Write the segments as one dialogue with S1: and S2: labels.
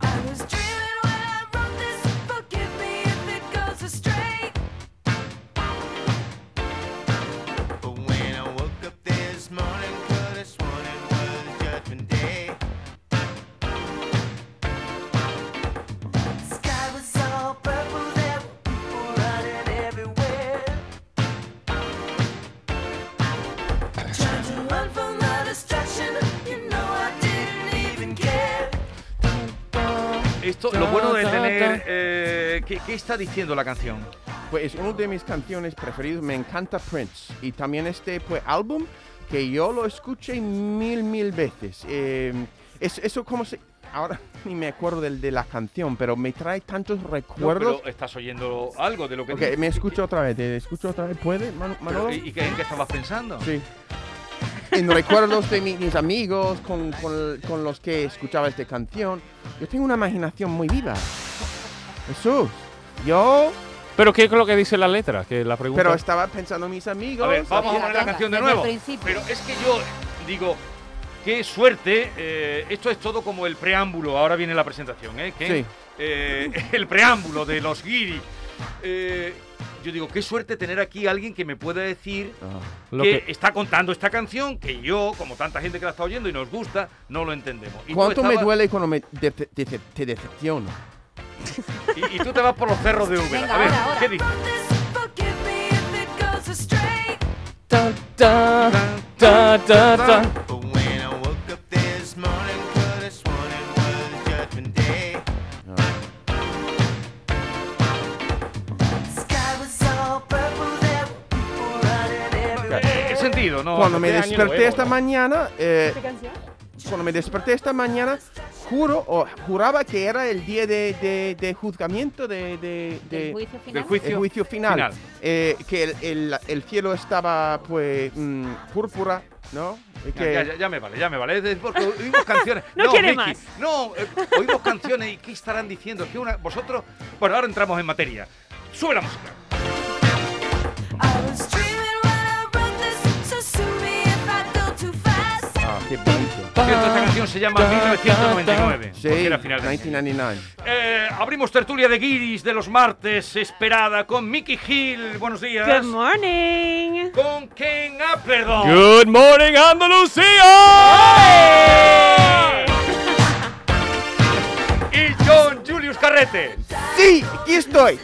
S1: I was dreaming when I wrote this. Forgive me if it goes astray.
S2: But when I woke up this morning, could have sworn it was Judgment Day.
S1: Sky was all purple. There were people running everywhere. Trying to run from the destruction. You know I didn't even care.
S3: Esto, lo bueno de tener. eh, ¿qué, qué está diciendo la canción?
S4: Pues es una de mis canciones preferidas, me encanta Prince. Y también este pues, álbum que yo lo escuché mil, mil veces. Eh, es, eso como se... Ahora ni me acuerdo del, de la canción, pero me trae tantos
S3: No,
S4: recuerdos.
S3: pero estás oyendo algo de lo que.
S4: Ok,
S3: dice.
S4: me escucho otra vez, te escucho otra vez. ¿Puede, Manu- Manolo?
S3: Pero, eh, ¿Y, y qué, en qué estabas pensando?
S4: Sí. En recuerdos de mi- mis amigos, con, con- con los que escuchaba esta canción. Yo tengo una imaginación muy viva. Jesús, yo...
S5: Pero ¿qué es lo que dice la letra? Que la pregunta...
S4: Pero estaba pensando en mis amigos.
S3: A ver, vamos a poner la
S6: Venga,
S3: canción de
S6: desde el
S3: nuevo.
S6: principio.
S3: Pero es que yo digo, qué suerte. eh, esto es todo como el preámbulo. Ahora viene la presentación, ¿eh? Que,
S4: Sí.
S3: eh, el preámbulo de los guiris. Eh, yo digo, qué suerte tener aquí a alguien que me pueda decir
S4: Ah.
S5: Lo
S3: que,
S5: que-
S3: está contando esta canción que yo, como tanta gente que la está oyendo y nos gusta, no lo entendemos. Y tú
S4: ¿Cuánto me
S3: estabas-
S4: duele cuando me dece- dece- te decepciono?
S3: Y, y tú te vas por los cerros de Úbeda.
S6: Venga,
S3: a ver,
S6: ahora, ahora.
S3: ¿qué dices?
S1: Wrote this. Forgive me if it goes astray.
S5: Ta, ta, ta.
S2: But when I woke up this morning, could have sworn it was Judgment Day.
S1: Sky was all purple. There were people running everywhere.
S3: ¿Qué sentido? No, este
S4: Cuando me
S5: de año
S4: desperté
S5: nuevo,
S4: esta
S5: ¿no?
S4: mañana, eh, cuando me desperté esta mañana, juro o juraba que era el día de, de- de juzgamiento, de, de- de-
S6: Del juicio final.
S3: del juicio.
S4: el juicio final,
S3: Final.
S4: Eh, que el, el- el cielo estaba pues mm, púrpura, ¿no? Y
S3: Ya,
S4: que-
S3: ya, ya, ya me vale, ya me vale. Es porque oímos canciones.
S7: No quiere
S3: Miki,
S7: más.
S3: No, eh, oímos canciones y ¿qué estarán diciendo? Es que una, vosotros. Bueno, ahora entramos en materia. Sube la música.
S1: I was dreaming when I wrote this. So sue me if I go too fast.
S4: Ah, qué bonito.
S3: Por cierto, esta canción se llama 1999.
S4: Sí,
S3: porque era final de año.
S4: 1999.
S3: Eh, abrimos tertulia de guiris de los martes, esperada con Mickey Hill. Buenos
S7: Good
S3: días.
S7: morning.
S3: Con Ken Appledon.
S5: Good morning, Andalucía.
S3: Y John Julius Carrete.
S4: Sí, aquí estoy.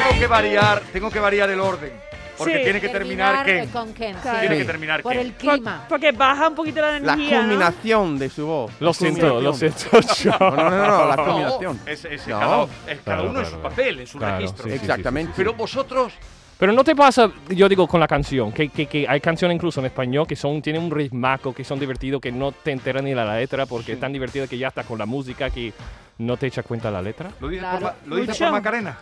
S3: Tengo que variar, tengo que variar el orden. Porque
S7: Sí.
S3: tiene que terminar Ken.
S6: eh, con Ken. sí.
S7: Tiene
S4: que
S3: terminar
S6: Por
S3: Ken.
S6: el
S7: Por-
S6: clima.
S7: porque baja un poquito la
S4: La
S7: energía. ¿no?
S4: culminación de su voz.
S5: Lo
S4: La
S5: siento, lo
S4: culminación.
S5: siento.
S4: No, no, no, no, la
S5: Oh,
S3: No,
S4: combinación.
S3: es, es
S4: No.
S3: cada, es cada
S5: Claro,
S3: uno en
S5: claro,
S3: su
S5: claro.
S3: papel, en su
S5: Claro,
S3: registro.
S5: sí, sí, sí,
S4: Exactamente.
S3: Pero vosotros,
S5: Pero no te pasa, yo digo, con la canción, que, que- que hay canciones incluso en español que son, tienen un ritmaco, que son divertidos, que no te enteras ni la letra, porque es tan divertida que ya estás con la música que no te echas cuenta la letra.
S3: ¿lo dices,
S6: Claro.
S3: por, Ma- lo dices por
S7: Mucho.
S3: Macarena?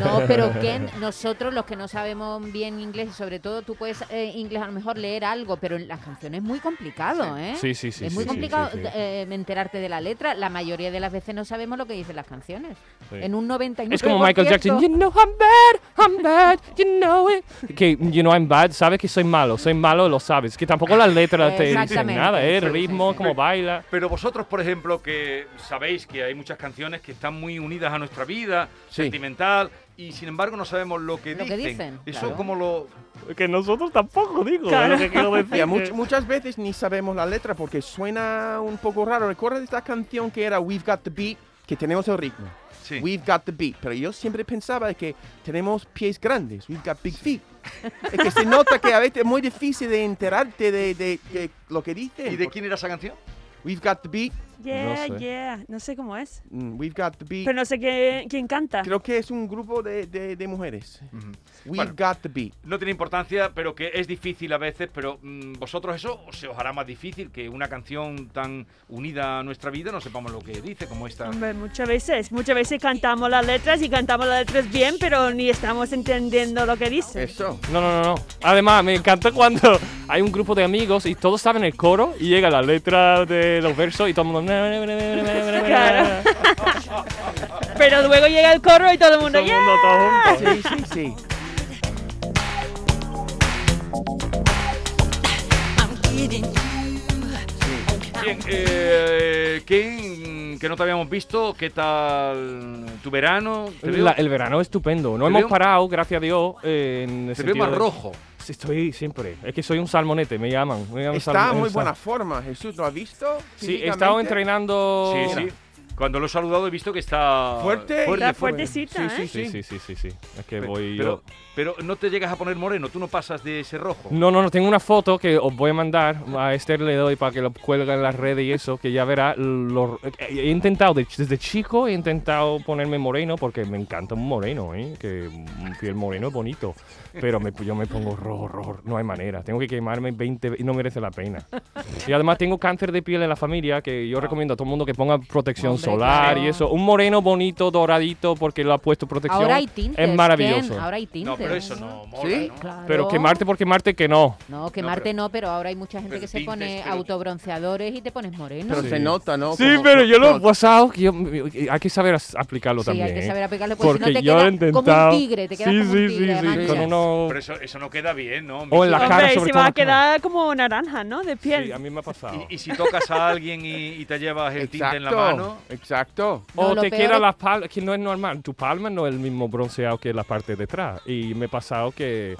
S6: No, pero Ken, nosotros los que no sabemos bien inglés, y sobre todo tú puedes eh, inglés a lo mejor leer algo, pero en las canciones es muy complicado, ¿eh?
S5: Sí, sí, sí,
S6: Es
S5: sí,
S6: muy
S5: sí,
S6: complicado
S5: sí, sí.
S6: eh, enterarte de la letra. La mayoría de las veces no sabemos lo que dicen las canciones.
S5: Sí.
S6: En un 99%.
S5: Es como Michael Jackson, you know I'm bad, I'm bad, you know it. Que, you know I'm bad, sabes que soy malo, soy malo, lo sabes. Que tampoco las letras te dicen
S6: Exactamente.
S5: nada, ¿eh?
S6: Sí,
S5: el
S6: sí,
S5: ritmo,
S6: sí.
S5: cómo baila.
S3: Pero vosotros, por ejemplo, que sabéis que hay muchas canciones que están muy unidas a nuestra vida
S4: Sí.
S3: sentimental y sin embargo no sabemos lo que
S6: Lo que
S3: dicen.
S6: dicen,
S3: Eso
S6: claro.
S3: como lo...
S5: Que nosotros tampoco, digo,
S7: Claro.
S5: es lo que quiero decir.
S4: Ya, much- muchas veces ni sabemos la letra porque suena un poco raro. ¿Recuerdas esta canción que era We've Got the Beat? Que tenemos el ritmo.
S3: Sí.
S4: We've Got the Beat. Pero yo siempre pensaba que tenemos pies grandes. We've Got Big Feet. es que se nota que a veces es muy difícil de enterarte de, de- de lo que dice.
S3: ¿Y de
S5: pues
S3: quién era esa canción?
S4: We've Got the Beat.
S7: Yeah,
S5: No sé.
S7: yeah. No sé cómo es.
S4: mm, We've Got the Beat.
S7: Pero no sé qué- quién canta.
S4: Creo que es un grupo de, de- de mujeres. We've
S3: Bueno.
S4: Got the Beat.
S3: No tiene importancia, pero que es difícil a veces, pero mm, vosotros eso se os hará más difícil que una canción tan unida a nuestra vida no sepamos lo que dice, como esta...
S7: Hombre, muchas veces, muchas veces cantamos las letras y cantamos las letras bien, pero ni estamos entendiendo lo que dice.
S4: Eso.
S5: No, no, no, no. Además, me encanta cuando hay un grupo de amigos y todos saben el coro y llega la letra de los versos y todo el mundo...
S7: Claro. Pero luego llega el corro y todo el mundo.
S5: Todo el mundo,
S7: "Yeah".
S5: todo junto.
S4: Sí, sí, sí.
S3: Bien, eh, Ken, que no te habíamos visto, ¿qué tal tu verano? Te veo,
S5: La- el verano es estupendo. No
S3: Te
S5: hemos
S3: veo-
S5: parado, gracias a Dios. eh, en el
S3: te veo
S5: sentido
S3: más
S5: de-
S3: rojo.
S5: Sí, Estoy siempre. Es que soy un salmonete, me llaman. me llaman
S4: Está
S5: salmon-
S4: muy
S5: sal-
S4: buena forma, Jesús. ¿Lo has visto?
S5: Sí, he estado
S4: físicamente?
S5: entrenando.
S3: Sí, sí. Cuando lo he saludado he visto que está
S4: Fuerte.
S7: Está fuertecita,
S4: Sí, sí,
S7: ¿eh?
S5: Sí,
S4: sí.
S5: sí, sí, sí, sí. Es que
S3: Pe-
S5: voy.
S3: pero,
S5: yo-
S3: pero no te llegas a poner moreno, tú no pasas de ese rojo.
S5: No, no, no, tengo una foto que os voy a mandar. A Esther le doy para que lo cuelgue en las redes y eso, que ya verá. lo- He intentado, de- desde chico he intentado ponerme moreno porque me encanta un moreno, ¿eh? Que un piel moreno es bonito. Pero me- yo me pongo rojo, rojo. No hay manera. Tengo que quemarme 20 ve- y no merece la pena. Y además tengo cáncer de piel en la familia que yo recomiendo a todo el mundo que ponga protección
S6: Hombre,
S5: solar
S6: claro.
S5: y eso. Un moreno bonito, doradito, porque lo ha puesto protección.
S6: Ahora hay tintes.
S5: es maravilloso.
S6: Ken, ahora hay tintes.
S3: No, pero eso no mola,
S4: ¿Sí?
S3: ¿no?
S6: Claro.
S5: Pero quemarte por quemarte que no.
S6: No, quemarte no, pero ahora hay mucha gente
S3: Pero
S6: que se
S3: tintes,
S6: pone
S3: pero-
S6: autobronceadores y te pones moreno.
S4: Pero
S5: Sí.
S4: se nota, ¿no?
S5: Sí,
S4: Como-
S5: pero yo lo he
S4: como-
S5: pasado. que yo- hay que saber as- aplicarlo
S6: sí,
S5: también.
S6: hay que
S5: ¿eh?
S6: saber aplicarlo porque,
S5: Porque
S6: si no te
S5: yo
S6: queda
S5: he intentado.
S6: como un tigre, te quedas
S5: sí,
S6: como
S5: sí,
S6: un
S5: sí,
S6: tigre. de
S5: sí.
S6: manchas.
S5: Con uno.
S3: Pero eso, eso no queda bien, ¿no?
S5: O en la
S3: Miki?
S5: cara,
S7: Hombre,
S5: sobre
S7: se
S5: todo
S7: va a
S5: la cara.
S7: quedar como naranja, ¿no? De piel.
S5: Sí, a mí me ha pasado.
S3: Y, y si tocas a alguien y, y te llevas el tinte en la mano,
S4: Exacto.
S6: No,
S5: o
S6: lo
S5: te
S6: peor
S5: queda
S6: es-
S5: la palma, que no es normal. Tu palma no es el mismo bronceado que la parte de atrás. Y me ha pasado que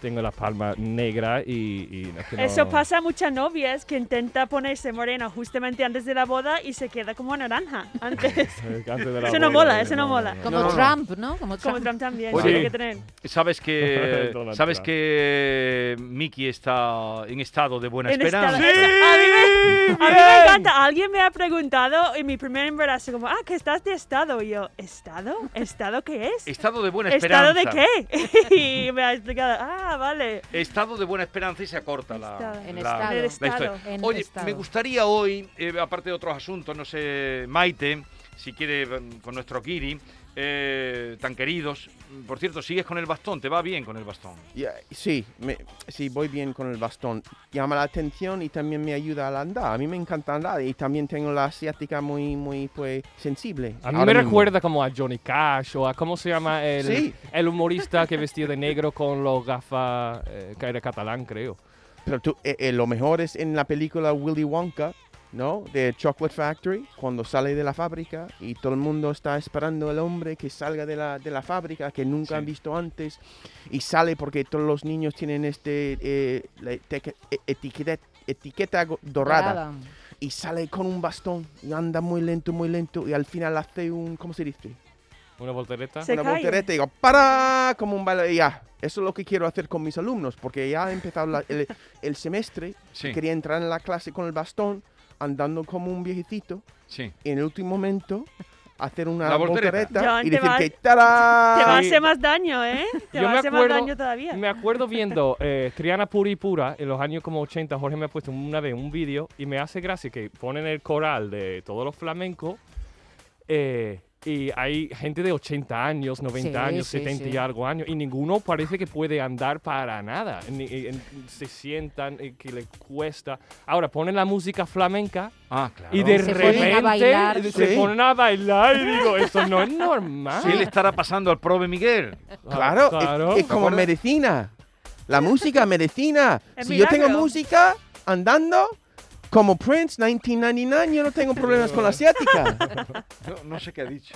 S5: tengo la palma negra y. y no, que no-
S7: Eso pasa a muchas novias que intenta ponerse morena justamente antes de la boda y se queda como naranja antes.
S5: eh, antes de la
S7: Eso no
S5: boda,
S7: mola, eso no mola.
S6: Como
S4: No, no, no.
S6: Trump, ¿no? Como
S7: como
S6: Trump.
S7: Trump también,
S3: Oye.
S7: se tiene que tener.
S3: sabes que
S5: Donald
S3: sabes
S5: Trump.
S3: que Mickey está en estado de buena
S7: En
S3: esperanza.
S7: estado- A mí me, a mí me encanta. Alguien me ha preguntado en mi primer embarazo, como, ah, que estás de estado. Y yo, ¿estado? ¿Estado qué es?
S3: Estado de buena
S7: ¿Estado
S3: esperanza.
S7: de qué? y me ha explicado, ah, vale.
S3: Estado de buena esperanza y se acorta la,
S7: Estado.
S6: En
S3: la-
S6: estado.
S3: la
S7: En estado.
S3: historia.
S6: En
S3: Oye,
S6: estado.
S3: me gustaría hoy, eh, aparte de otros asuntos, no sé, Maite, si quiere, mm, con nuestro Kiri, eh, tan queridos. Por cierto, sigues con el bastón, te va bien con el bastón.
S4: Ya, eh, sí, me- sí, voy bien con el bastón. Llama la atención y también me ayuda al andar. A mí me encanta andar y también tengo la asiática muy, muy, pues, sensible.
S5: A mí
S4: Ahora
S5: me
S4: mismo.
S5: recuerda como a Johnny Cash o a cómo se llama el,
S4: Sí.
S5: el humorista que vestía de negro con los gafas eh, que era catalán, creo.
S4: Pero tú, eh, eh, lo mejor es en la película Willy Wonka, ¿no? De Chocolate Factory, cuando sale de la fábrica y todo el mundo está esperando al hombre que salga de la, de la fábrica, que nunca han visto antes, y sale porque todos los niños tienen este eh, la eteque- e- etiqueta, etiqueta go- dorada.
S6: Dorada.
S4: y sale con un bastón y anda muy lento, muy lento y al final hace un, ¿cómo se dice?
S5: Una voltereta.
S7: Se
S4: una
S7: cae.
S4: voltereta y digo, para, como un baile, y ya. Eso es lo que quiero hacer con mis alumnos porque ya ha empezado la- el, el semestre,
S3: Sí,
S4: quería entrar en la clase con el bastón, andando como un viejecito
S3: sí.
S4: y en el último momento hacer una
S3: La voltereta.
S4: voltereta,
S7: John,
S4: y
S7: te
S4: decir
S7: va-
S4: que
S7: Te va a
S4: ¡tará!
S7: hacer más daño, ¿eh? Te
S5: Yo
S7: va
S5: me
S7: a hacer
S5: acuerdo-
S7: más daño todavía.
S5: Me acuerdo viendo eh, Triana Pura y Pura en los años como 80. Jorge me ha puesto una vez un vídeo y me hace gracia que ponen el coral de todos los flamencos eh, y hay gente de 80 años, 90
S6: Sí,
S5: años,
S6: sí,
S5: 70
S6: sí.
S5: y algo años y ninguno parece que puede andar para nada. Ni- eh, eh, se sientan, eh, que le cuesta. Ahora ponen la música flamenca
S3: Ah, claro.
S5: y de
S6: Se ponen a
S5: repente
S6: bailar.
S5: se
S4: Sí.
S5: ponen a bailar y digo, eso no es normal. Ah,
S3: ¿Qué le estará pasando al prove Miguel?
S4: Claro, es-
S5: claro.
S4: Es, como
S3: acuerdas?
S4: medicina. La música, medicina.
S7: Es
S4: si yo
S7: milagro.
S4: tengo música andando, como Prince, 1999, yo no tengo problemas con la asiática.
S3: No, no sé qué ha dicho.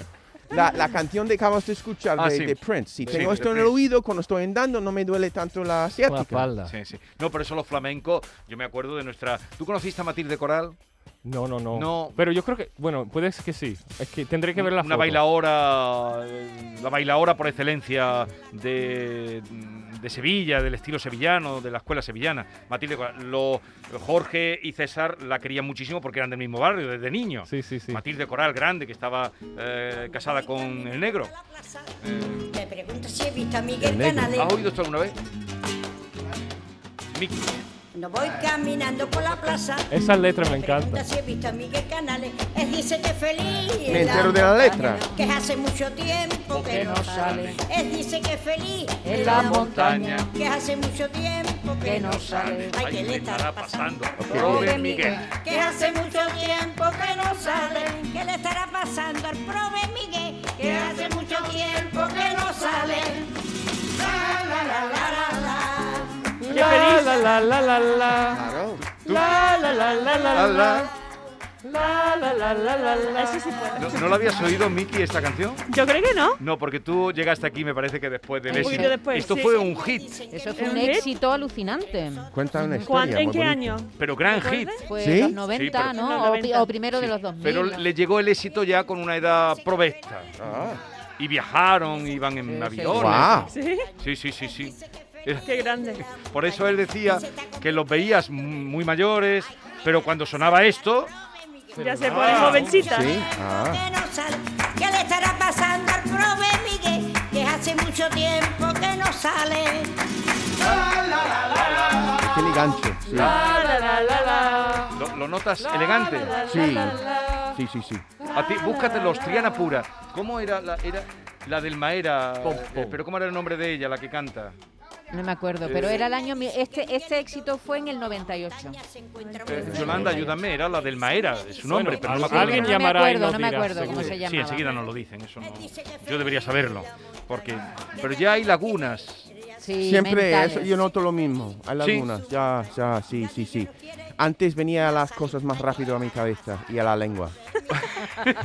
S4: La, la canción que acabas de escuchar
S3: Ah,
S4: de,
S3: sí.
S4: de Prince. Si
S3: Sí,
S4: tengo
S3: de
S4: esto en el
S3: Prince.
S4: oído, cuando estoy andando, no me duele tanto la asiática.
S5: La espalda.
S3: Sí, sí. No, pero eso los flamencos, yo me acuerdo de nuestra... ¿Tú conociste a Matilde Coral?
S5: No, no, no.
S3: No.
S5: Pero yo creo que, bueno, puede ser que sí. Es que tendré que ver la
S3: Una
S5: foto.
S3: bailaora, eh, la bailaora por excelencia de, de Sevilla, del estilo sevillano, de la escuela sevillana. Matilde, Coral. lo, Jorge y César la querían muchísimo porque eran del mismo barrio desde niños.
S5: Sí, sí, sí.
S3: Matilde Coral, grande, que estaba eh, casada con el negro.
S4: Eh.
S8: Me
S3: Ah,
S8: pregunto si he visto a Miguel
S5: El negro.
S8: Canales.
S3: ¿Has oído esto alguna vez? Miki.
S8: Cuando voy caminando por la plaza,
S5: Esas letras me
S8: pregunta
S5: encantan.
S8: si he visto a Miguel Canales. Él dice que es feliz.
S4: Me entero de la letra.
S8: Que hace mucho tiempo que no sale. Él dice que es feliz.
S6: En la
S3: montaña.
S8: Que hace mucho tiempo que, no sale. Ay, que le estará pasando.
S3: Pobre Miguel.
S8: Que hace mucho tiempo que no sale. ¿Qué le estará pasando al prove Miguel? Que hace mucho tiempo que no sale. La, la, la, la, la, la.
S5: La, la, la, la, la, la.
S4: Claro.
S5: La, la, la, la, la,
S4: Ala.
S5: la. La, la, la, la, la, la.
S7: Eso sí puede.
S3: ¿No, no la habías oído, Miki, esta canción?
S7: Yo creo que no.
S3: No, porque tú llegaste aquí, me parece que después del
S7: Un poquito
S3: éxito.
S7: después,
S3: Esto
S7: sí.
S3: fue un hit,
S6: Eso fue un
S7: ¿Eh?
S6: éxito alucinante.
S4: Cuenta una
S7: ¿Cuán-
S4: historia.
S7: ¿En
S4: muy
S7: qué
S4: bonita.
S7: año?
S3: pero gran hit.
S6: Pues
S4: ¿Sí?
S6: los
S3: Sí,
S6: 90,
S3: pero-
S6: ¿no?
S7: Los
S6: O
S7: 90,
S6: pri- O, primero de los 2000.
S3: Pero le llegó el éxito ya con una edad provecta.
S4: Ah.
S3: Y viajaron, iban en aviones.
S4: Guau.
S7: Sí.
S3: Sí, sí, sí, sí.
S7: Qué grande.
S3: Por eso él decía que los veías m- muy mayores, pero cuando sonaba esto,
S7: Ya se pone jovencita.
S4: Sí. Ah.
S8: Que no sale. ¿Qué le estará pasando al prove Miguel? Que hace mucho tiempo que no sale.
S4: Tiene gancho. Sí.
S3: lo, lo notas elegante.
S4: Sí. Sí, sí, sí.
S3: A ti, búscate los Triana Pura. ¿Cómo era la, era la del Maera? eh, pero ¿cómo era el nombre de ella, la que canta?
S6: No me acuerdo, pero era el año... mi- Este, este éxito fue en el 98.
S3: Eh, Yolanda, ayúdame, era la del Maera, es su
S5: Bueno,
S3: nombre, pero no
S5: al-
S3: me acuerdo.
S5: alguien
S6: No me
S5: llamará y
S6: acuerdo,
S5: nos
S6: no me
S5: dirá,
S6: acuerdo cómo
S5: seguro.
S6: se
S3: Sí,
S6: llamaba.
S3: enseguida nos lo dicen, eso no. Yo debería saberlo, porque pero ya hay lagunas.
S6: Sí,
S4: Siempre
S6: mentales.
S4: eso, yo noto lo mismo. Hay
S3: Sí.
S4: lagunas. Ya, ya, sí, sí, sí. Antes venía las cosas más rápido a mi cabeza y a la lengua.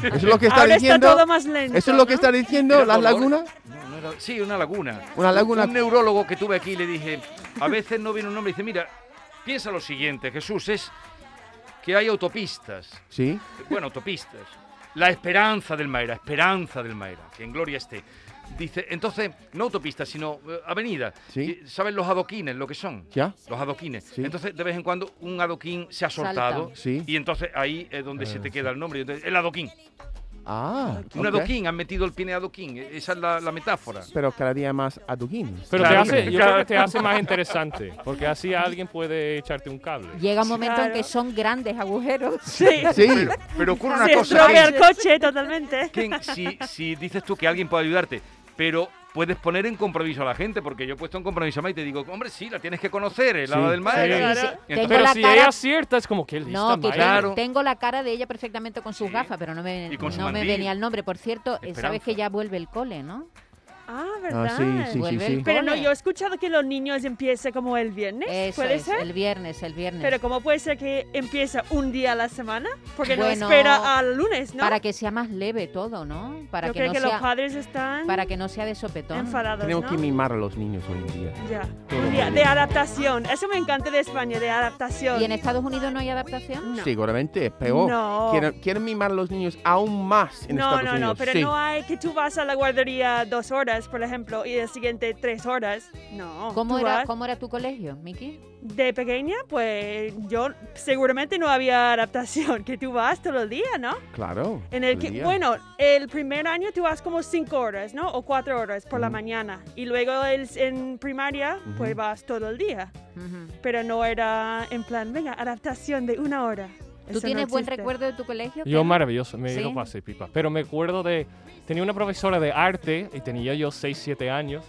S4: Eso es lo que está
S7: Ahora está
S4: diciendo.
S7: todo más lento.
S4: eso es lo que
S7: ¿no?
S4: está diciendo
S3: Era
S4: las
S3: dolor.
S4: lagunas.
S3: No, no era- sí, una laguna.
S4: Una laguna.
S3: Un neurólogo que tuve aquí le dije, a veces no viene un nombre y dice, mira, piensa lo siguiente, Jesús, es que hay autopistas,
S4: Sí.
S3: bueno, autopistas, la esperanza del Maera, esperanza del Maera, que en gloria esté. Dice, entonces, no autopistas, sino eh, avenidas.
S4: Sí.
S3: Y, ¿Saben los adoquines lo que son?
S4: ¿Ya?
S3: Los adoquines.
S4: Sí.
S3: Entonces, de vez en cuando, un adoquín se ha
S6: Salta.
S3: soltado
S4: Sí.
S3: y entonces ahí es donde se te queda el nombre. Y entonces, el adoquín.
S4: Ah.
S3: Un
S4: ok.
S3: adoquín, han metido el pie en adoquín. E- Esa es la, la metáfora.
S4: Pero cada día más adoquín.
S5: Pero te
S3: Claro.
S5: hace, yo creo que te hace más interesante, porque así alguien puede echarte un cable.
S6: Llega un momento en
S7: Claro.
S6: que son grandes agujeros.
S7: Sí.
S4: Sí.
S3: Pero, pero ocurre una
S7: Se
S3: cosa.
S7: estropea
S3: Ken,
S7: el coche totalmente.
S3: Ken, si, si dices tú que alguien puede ayudarte, pero puedes poner en compromiso a la gente, porque yo he puesto en compromiso a Maite y digo, hombre, sí, la tienes que conocer, el
S4: Sí.
S3: ala del maestro.
S7: Sí, sí, sí.
S3: Entonces,
S6: Tengo
S5: Pero
S6: la
S5: si
S6: cara-
S5: ella acierta, es como que lista,
S6: No, que
S5: Maya.
S3: Claro.
S6: ten- tengo la cara de ella perfectamente con sus gafas, pero no me,
S3: Y con su
S6: no me
S3: mandil.
S6: venía el nombre. Por cierto, eh, sabes
S3: Esperanza.
S6: que ya vuelve el cole, ¿no?
S7: Ah,
S4: Ah,
S7: ¿verdad?
S4: sí, sí, sí,
S6: Vuelve
S4: sí.
S6: el
S7: Pero no,
S6: Ole.
S7: yo he escuchado que los niños empiezan como el viernes.
S6: Eso
S7: ¿Puede
S6: es,
S7: ser?
S6: el viernes, el viernes.
S7: Pero ¿cómo puede ser que empieza un día a la semana? Porque
S6: Bueno,
S7: no espera al lunes, ¿no?
S6: Para que sea más leve todo, ¿no? Para
S7: Yo
S6: que
S7: creo
S6: no
S7: que los
S6: sea
S7: padres están
S6: para que no sea de sopetón.
S7: enfadados,
S4: Tenemos
S7: ¿no?
S4: que mimar a los niños hoy en día.
S7: Ya. Un día de adaptación. Eso me encanta de España, de adaptación.
S6: ¿Y en Estados Unidos no hay adaptación?
S7: No.
S4: Seguramente es peor.
S7: No.
S4: Quieren, quieren mimar a los niños aún más en
S7: no,
S4: Estados
S7: no,
S4: Unidos.
S7: no, pero
S4: sí.
S7: no hay que tú vas a la guardería dos horas, por ejemplo, y el siguiente tres horas. No.
S6: ¿Cómo
S7: tú
S6: era,
S7: vas-
S6: ¿Cómo era tu colegio, Miki?
S7: De pequeña, pues yo seguramente no había adaptación, que tú vas todo el día, ¿no?
S4: Claro.
S7: En el que,
S4: día.
S7: bueno, el primer año tú vas como cinco horas, ¿no? O cuatro horas por la mañana. Y luego el- en primaria, pues vas todo el día.
S6: Ujú.
S7: Pero no era en plan, venga, adaptación de una hora.
S6: ¿Tú tienes buen recuerdo de tu colegio?
S5: Yo
S6: Ken?
S5: maravilloso, me
S6: ¿Sí?
S5: lo pasé pipa. Pero me acuerdo de, tenía una profesora de arte y tenía yo 6, 7 años,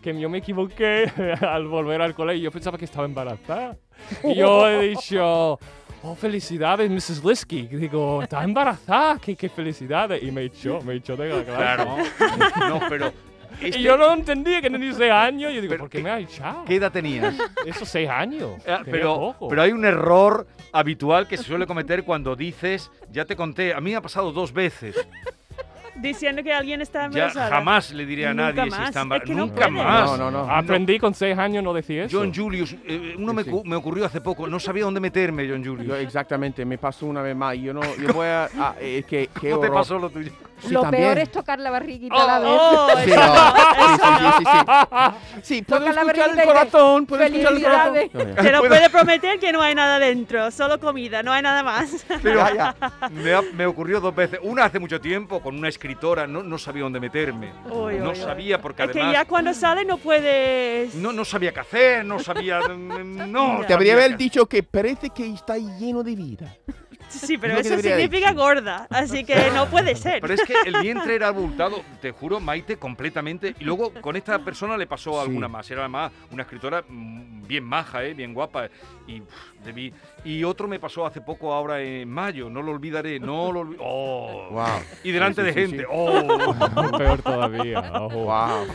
S5: que yo me equivoqué al volver al colegio. Yo pensaba que estaba embarazada. Y yo he dicho, oh, felicidades, Mrs. Liskey. Y Digo, está embarazada, qué, qué felicidades. Y me echó, me echó de la clase.
S3: Claro. No, pero. este-
S5: Y yo no entendía que tenía 6 años. Yo digo,
S3: Pero
S5: ¿por qué,
S3: ¿qué-
S5: me ha echado?
S3: ¿Qué edad tenías?
S5: Esos 6 años.
S3: Eh,
S5: tenía
S3: Pero,
S5: poco.
S3: pero hay un error habitual que se suele cometer cuando dices, ya te conté, a mí me ha pasado dos veces.
S7: Diciendo que alguien está
S3: Ya
S7: embarazada.
S3: jamás le diré a
S7: Nunca
S3: nadie si
S7: más.
S3: está
S7: Es
S3: embarazada.
S7: que no
S3: Nunca
S7: puedes.
S3: más.
S4: No, no, no.
S5: Aprendí con 6 años no decir eso.
S3: John Julius, eh, uno me,
S4: Sí,
S3: cu- me ocurrió hace poco, no sabía dónde meterme, John
S4: Yo
S3: Julius.
S4: exactamente, me pasó una vez más. Yo no, yo voy a. a- eh, que, qué
S3: ¿Cómo te
S4: horror.
S3: pasó lo tuyo?
S4: Sí,
S6: Lo
S4: también.
S6: peor es tocar la barriguita a la vez.
S7: Oh,
S4: Sí, no. sí, sí, sí, sí, sí. Sí, puedo
S6: Toca la
S4: escuchar
S6: varita
S4: el
S6: y dice,
S4: corazón, puedo escuchar el corazón.
S6: "Felicidades".
S4: No, ya.
S7: Te lo puedo prometer que no hay nada dentro, solo comida, no hay nada más.
S3: Pero
S4: Ya, ya.
S3: me, ha- me ocurrió dos veces. Una hace mucho tiempo con una escritora, no, no sabía dónde meterme.
S7: Uy,
S3: no
S7: uy, uy.
S3: sabía, porque
S7: Es que
S3: además.
S7: ya cuando sale no puedes.
S3: No, no sabía qué hacer, no sabía. mm, No.
S7: Te
S4: Te
S3: sabía
S4: habría haber
S3: qué-
S4: dicho que parece que está lleno de vida.
S7: Sí, pero
S4: Lo que
S7: eso
S4: debería haber
S7: significa gorda, así que no puede ser.
S3: Pero es que el vientre era abultado, te juro, Maite, completamente. Y luego con esta persona le pasó alguna más. Era además una escritora mm, bien maja, ¿eh? bien guapa. Y, uf, debí- y otro me pasó hace poco, ahora en mayo. No lo olvidaré, no lo olvi- ¡Oh!
S4: Wow.
S3: Y delante
S4: Sí,
S3: de
S4: sí, sí,
S3: gente.
S4: sí.
S3: ¡Oh!
S5: Peor todavía. ojo.
S4: Wow.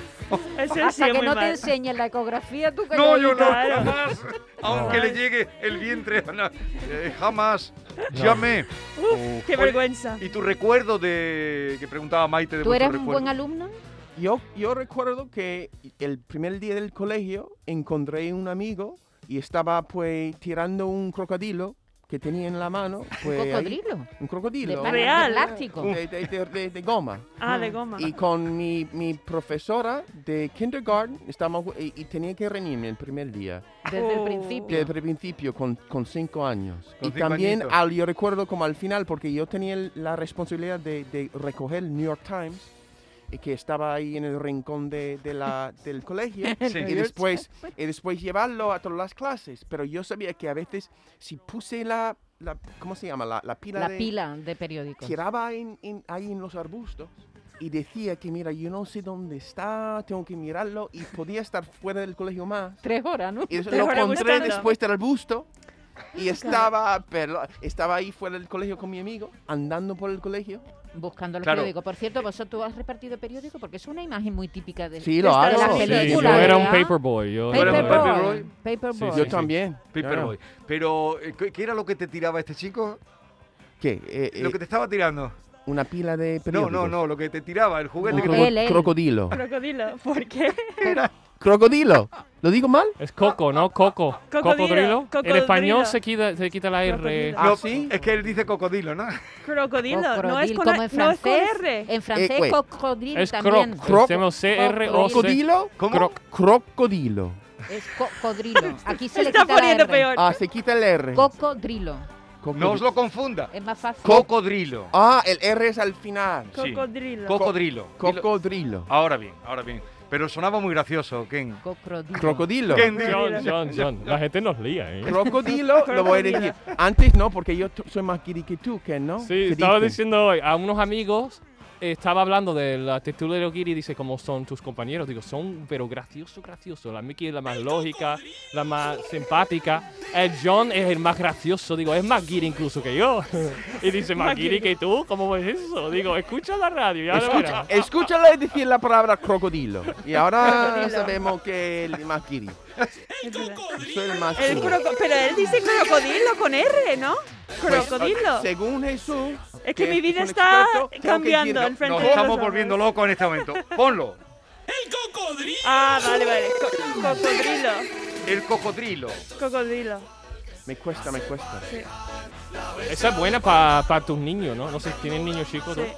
S7: Eso sí
S6: Hasta
S7: es
S6: que
S7: muy
S6: no te
S7: mal.
S6: enseñen la ecografía, tú que
S3: No, yo no,
S7: Claro.
S3: jamás. Aunque le llegue el vientre, no, eh, jamás. Llame.
S7: Uf, qué
S3: Oye,
S7: vergüenza.
S3: Y tu recuerdo de. que preguntaba Maite de
S6: ¿Tú eres
S3: vuestro
S6: un
S3: recuerdo.
S6: buen alumno?
S4: Yo, yo recuerdo que el primer día del colegio encontré un amigo y estaba pues tirando un crocodilo que tenía en la mano. Pues, ahí-
S6: ¿Cocodrilo?
S4: un
S6: ¿De
S4: crocodilo.
S6: pan-
S7: Real.
S6: de plástico?
S4: De, de- de- de- de goma.
S7: Ah, de goma.
S4: Y con mi, mi profesora de kindergarten estábamos, y, y tenía que reñirme el primer día.
S6: Desde el
S7: Oh.
S6: principio.
S4: Desde el principio, con, con cinco años.
S3: Con
S4: y
S3: cinco
S4: también,
S3: añitos.
S4: al, yo recuerdo como al final, porque yo tenía el- la responsabilidad de, de recoger el New York Times, y que estaba ahí en el rincón de, de la, del colegio,
S3: Sí.
S4: y, después, y después llevarlo a todas las clases. Pero yo sabía que a veces, si puse la, la ¿cómo se llama? La, la pila
S6: La
S4: de-
S6: pila de periódicos.
S4: tiraba en- en- ahí en los arbustos y decía que, mira, yo no sé dónde está, tengo que mirarlo, y podía estar fuera del colegio más.
S6: Tres horas, ¿no?
S4: Y eso
S7: Te
S4: lo
S7: fuera
S4: encontré
S7: buscando.
S4: después del arbusto. Y estaba, pero, estaba ahí fuera del colegio con mi amigo, andando por el colegio.
S6: Buscando los
S3: Claro.
S6: periódicos. Por cierto, vosotros tú has repartido periódicos porque es una imagen muy típica de,
S4: Sí,
S6: de
S4: lo
S6: las
S4: hago.
S5: Sí,
S6: películas.
S5: yo
S4: Película,
S5: era un
S6: ¿verdad?
S5: paperboy. Yo
S3: Paper
S5: era-
S3: boy.
S6: Paperboy. Paperboy.
S5: Sí,
S4: Yo
S5: sí.
S4: también.
S3: Paperboy. Pero, eh, ¿qué qué era lo que te tiraba este chico?
S4: ¿Qué? Eh, eh,
S3: Lo que te estaba tirando.
S4: ¿Una pila de
S3: No,
S4: periódicos?
S3: no, no, lo que te tiraba, el juguete
S4: Un
S3: que
S6: Él,
S4: croco-
S6: él.
S4: crocodilo.
S7: Crocodilo, ¿por qué?
S4: ¡Crocodilo! ¿Lo digo mal?
S5: Es coco, ¿no? Coco.
S7: Cocodrilo,
S5: Cocodrilo. En
S7: cocodrilo.
S5: español se quita, se quita la R.
S7: Crocodilo.
S4: Ah,
S3: No,
S4: ¿sí?
S3: Es que él dice cocodilo, ¿no?
S7: Crocodilo, no es
S6: Cocodril,
S7: con,
S6: como
S7: no
S6: en
S7: es con
S6: francés.
S7: R.
S6: En francés,
S4: Eh, güey.
S6: cocodril
S5: Es
S6: también.
S5: croc.
S4: Croc.
S5: Hacemos C-R-O-C.
S4: ¿Crocodilo?
S3: ¿Cómo?
S4: Croc- crocodilo.
S6: Es cocodrilo. Aquí se
S7: Se
S6: le
S7: está
S6: quita la
S7: poniendo
S6: R.
S7: peor.
S4: Ah, se quita el R.
S6: Cocodrilo.
S4: Crocodilo.
S3: No os lo confunda.
S6: Es más fácil.
S3: Cocodrilo.
S4: Ah, el R es al final.
S3: sí.
S7: Cocodrilo.
S3: Cocodrilo. Dilo-
S4: Cocodrilo.
S3: Ahora bien, ahora bien. Pero sonaba muy gracioso, Ken. Ah,
S6: Cocodrilo.
S4: Crocodilo.
S3: Ken, di-
S5: John, John, John. La gente nos lía, ¿eh?
S4: Crocodilo, lo voy a
S7: Crocodilo.
S4: decir. Antes no, porque yo t- soy más guiri que tú, que no.
S5: Sí,
S4: Oh, ¿Qué
S5: estaba
S4: dicen?
S5: diciendo hoy a unos amigos, eh, estaba hablando de la textura de los guiri, dice cómo son tus compañeros. Digo, son, pero gracioso, gracioso. La Mickey es la más lógica, la más simpática. El John es el más gracioso, digo, es más guiri incluso que yo. y dice, más
S7: Más
S5: guiri que
S7: guiri.
S5: tú, ¿cómo es eso? Digo, escucha la radio, ya lo
S4: Escucha,
S5: verás.
S4: escúchala decir la palabra crocodilo. Y ahora sabemos que el más guiri. Soy el más
S7: El
S4: guiri.
S7: croco- pero él dice crocodilo con R, ¿no?
S4: Pues,
S7: Crocodilo.
S4: según Jesús.
S7: Es que mi vida
S4: un
S7: está
S4: experto, tengo que
S7: cambiando
S4: decirlo.
S7: al frente.
S3: Nos
S7: de los
S3: estamos
S7: ojos.
S3: volviendo locos en este momento. Ponlo.
S7: Ah, vale, vale. Co- cocodrilo.
S3: El cocodrilo.
S7: Cocodrilo.
S4: Me cuesta, me cuesta.
S5: Esa es buena para tus niños, ¿no? No sé, ¿tienen niños chicos? no?
S7: Sí.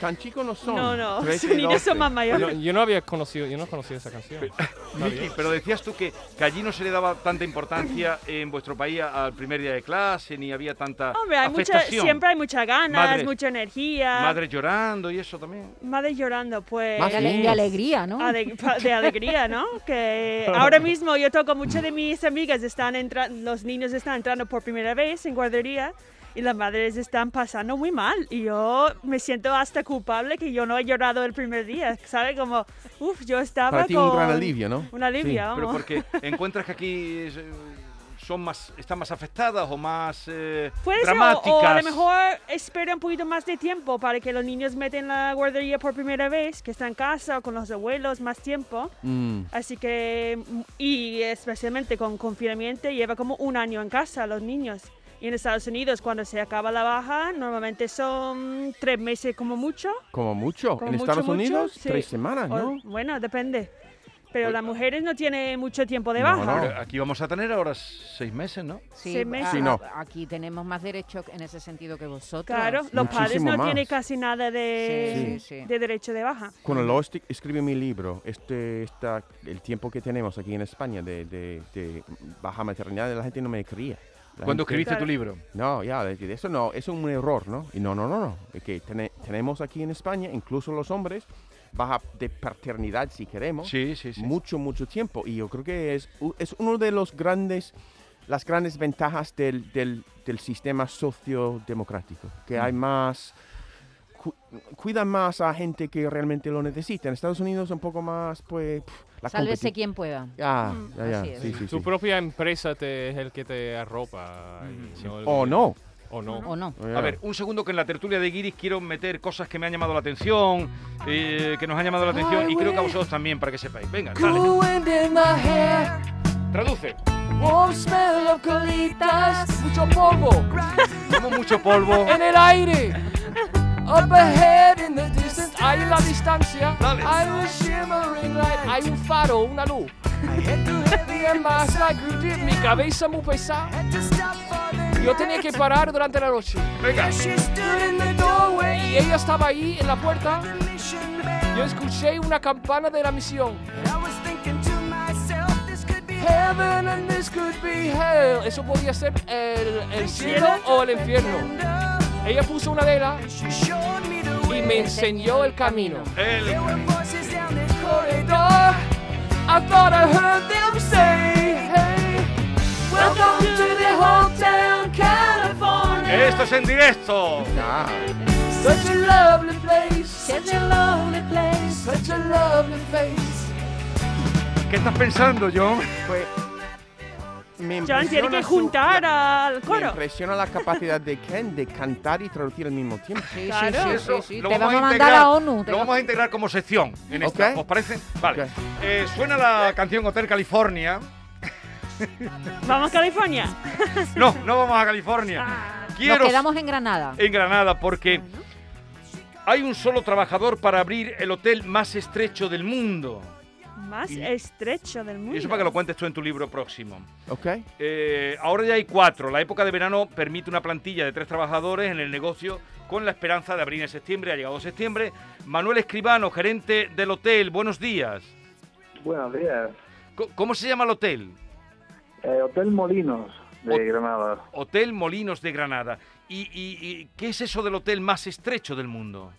S4: Tan chicos no son.
S7: No, no.
S4: Trece,
S7: Sus niños
S4: doce.
S7: son más mayores.
S5: Yo, yo no había conocido, yo no conocía esa canción. Está bien.
S3: Miki, pero decías tú que, que allí no se le daba tanta importancia en vuestro país a- al primer día de clase, ni había tanta
S7: Hombre, hay mucha,
S3: afectación.
S7: siempre hay muchas ganas,
S3: Madre.
S7: mucha energía.
S3: Madre llorando y eso también.
S7: Madre llorando, pues.
S4: Más
S6: De, ale- de
S4: niños.
S6: alegría, ¿no?
S7: ale- pa- Ah, de alegría, ¿no? Que ahora mismo yo toco, muchas de mis amigas están entrando, los niños están entrando por primera vez en guardería y las madres están pasando muy mal. Y yo me siento hasta culpable que yo no he llorado el primer día, ¿sabes? Como, uff, yo estaba
S4: Para ti
S7: con...
S4: un gran alivio, ¿no?
S7: Un alivio,
S4: Sí,
S3: Pero
S7: vamos.
S3: porque encuentras que aquí es, eh, son más, están más afectadas o más eh,
S7: Puede ser, Pues o-
S3: dramáticas.
S7: o a lo mejor espera un poquito más de tiempo para que los niños meten la guardería por primera vez, que está en casa o con los abuelos, más tiempo.
S4: Mm.
S7: Así que, mm, y especialmente con confinamiento, lleva como un año en casa los niños. Y en Estados Unidos, cuando se acaba la baja, normalmente son tres meses como mucho.
S4: Como mucho.
S7: Como
S4: en
S7: mucho,
S4: Estados
S7: mucho,
S4: Unidos,
S7: sí.
S4: tres semanas,
S7: O-
S4: ¿no?
S7: bueno, depende. Pero
S3: Oye.
S7: las mujeres no tienen mucho tiempo de
S4: No,
S7: baja.
S4: no.
S3: Pero aquí vamos a tener ahora seis meses, ¿no?
S6: Sí,
S7: seis meses.
S6: a-
S4: Sí, no.
S6: a- aquí tenemos más derechos en ese sentido que vosotros.
S7: Claro, los padres
S4: Muchísimo
S7: no tienen
S4: más.
S7: casi nada de,
S6: Sí, sí, sí.
S7: de derecho de baja.
S4: Cuando lo esti- escribe mi libro, este, esta, el tiempo que tenemos aquí en España de, de- de baja maternidad, la gente no me creía. La
S3: Cuando
S4: gente-
S3: escribiste tu libro.
S4: No, ya, de- de eso no, es un error, ¿no? Y no, no, no, no. Es que tene- tenemos aquí en España, incluso los hombres, baja de paternidad si queremos,
S3: Sí, sí, sí.
S4: mucho, mucho tiempo. Y yo creo que es, u- es uno de los grandes, las grandes ventajas del, del, del sistema sociodemocrático, que
S3: Mm.
S4: hay más, cu- cuidan más a gente que realmente lo necesita. En Estados Unidos un poco más, pues, pf, la
S6: Sálvese
S4: competi-
S6: quien pueda.
S4: Ya, ya,
S7: Mm,
S4: ya,
S6: Así es.
S4: sí, sí,
S5: Tu
S4: sí.
S5: propia empresa te- es el que te arropa. y no el-
S4: O no.
S5: O no.
S6: ¿O no?
S3: A ver, un segundo que en la tertulia de Guiris quiero meter cosas que me han llamado la atención, eh, que nos han llamado la atención y creo que a vosotros también para que sepáis. Venga, dale.
S1: wind in my hair,
S3: Traduce.
S1: warm smell of colitas,
S9: Mucho polvo
S3: Como mucho polvo.
S9: en el aire. Up ahead in the distance, ahí en la distancia.
S3: Dale.
S9: Hay un shimmering light, hay un faro, una luz. Y más sacudir mi cabeza muy pesada. Yo tenía que parar durante la noche.
S3: Venga.
S9: Y ella estaba ahí en la puerta. Yo escuché una campana de la misión. Heaven and this could be hell. Eso podía ser el, el cielo o el infierno. Ella puso una vela y me enseñó el camino.
S3: El-
S9: Corridor, I thought I heard them say, hey, welcome to the hometown California.
S3: esto es en directo.
S9: Such a lovely place. Such a lovely place. Such a lovely place.
S3: ¿Qué estás pensando, John?
S4: Pues, me
S7: John tiene
S4: impresiona
S7: que
S4: su-
S7: juntar al
S4: Me
S7: coro.
S4: impresiona la capacidad de Ken de cantar y traducir al mismo tiempo.
S6: Sí,
S7: Claro.
S6: sí, sí,
S3: Eso
S6: sí, sí.
S3: lo
S6: Te vamos a mandar
S3: integrar-
S6: a la ONU. te
S3: Lo
S6: va-
S3: vamos a integrar como sección en esta.
S4: Ok.
S3: ¿Os parece? Vale.
S4: Ok.
S3: Eh, suena la canción Hotel California.
S7: Vamos a California.
S3: No, no vamos a California. Quiero
S6: Nos quedamos en Granada.
S3: en Granada porque hay un solo trabajador para abrir el hotel más estrecho del mundo.
S7: Más
S3: Y-
S7: estrecho del mundo.
S3: Y eso para que lo cuentes tú en tu libro próximo.
S4: ¿Ok?
S3: Eh, ahora ya hay cuatro. La época de verano permite una plantilla de tres trabajadores en el negocio con la esperanza de abrir en septiembre. Ha llegado septiembre. Manuel Escribano, gerente del hotel. Buenos días.
S10: Buenos días.
S3: Co- ¿Cómo se llama el hotel?
S10: Eh, Hotel Molinos de
S3: Ot-
S10: Granada.
S3: Hotel Molinos de Granada. ¿Y, y- y qué es eso del hotel más estrecho del mundo?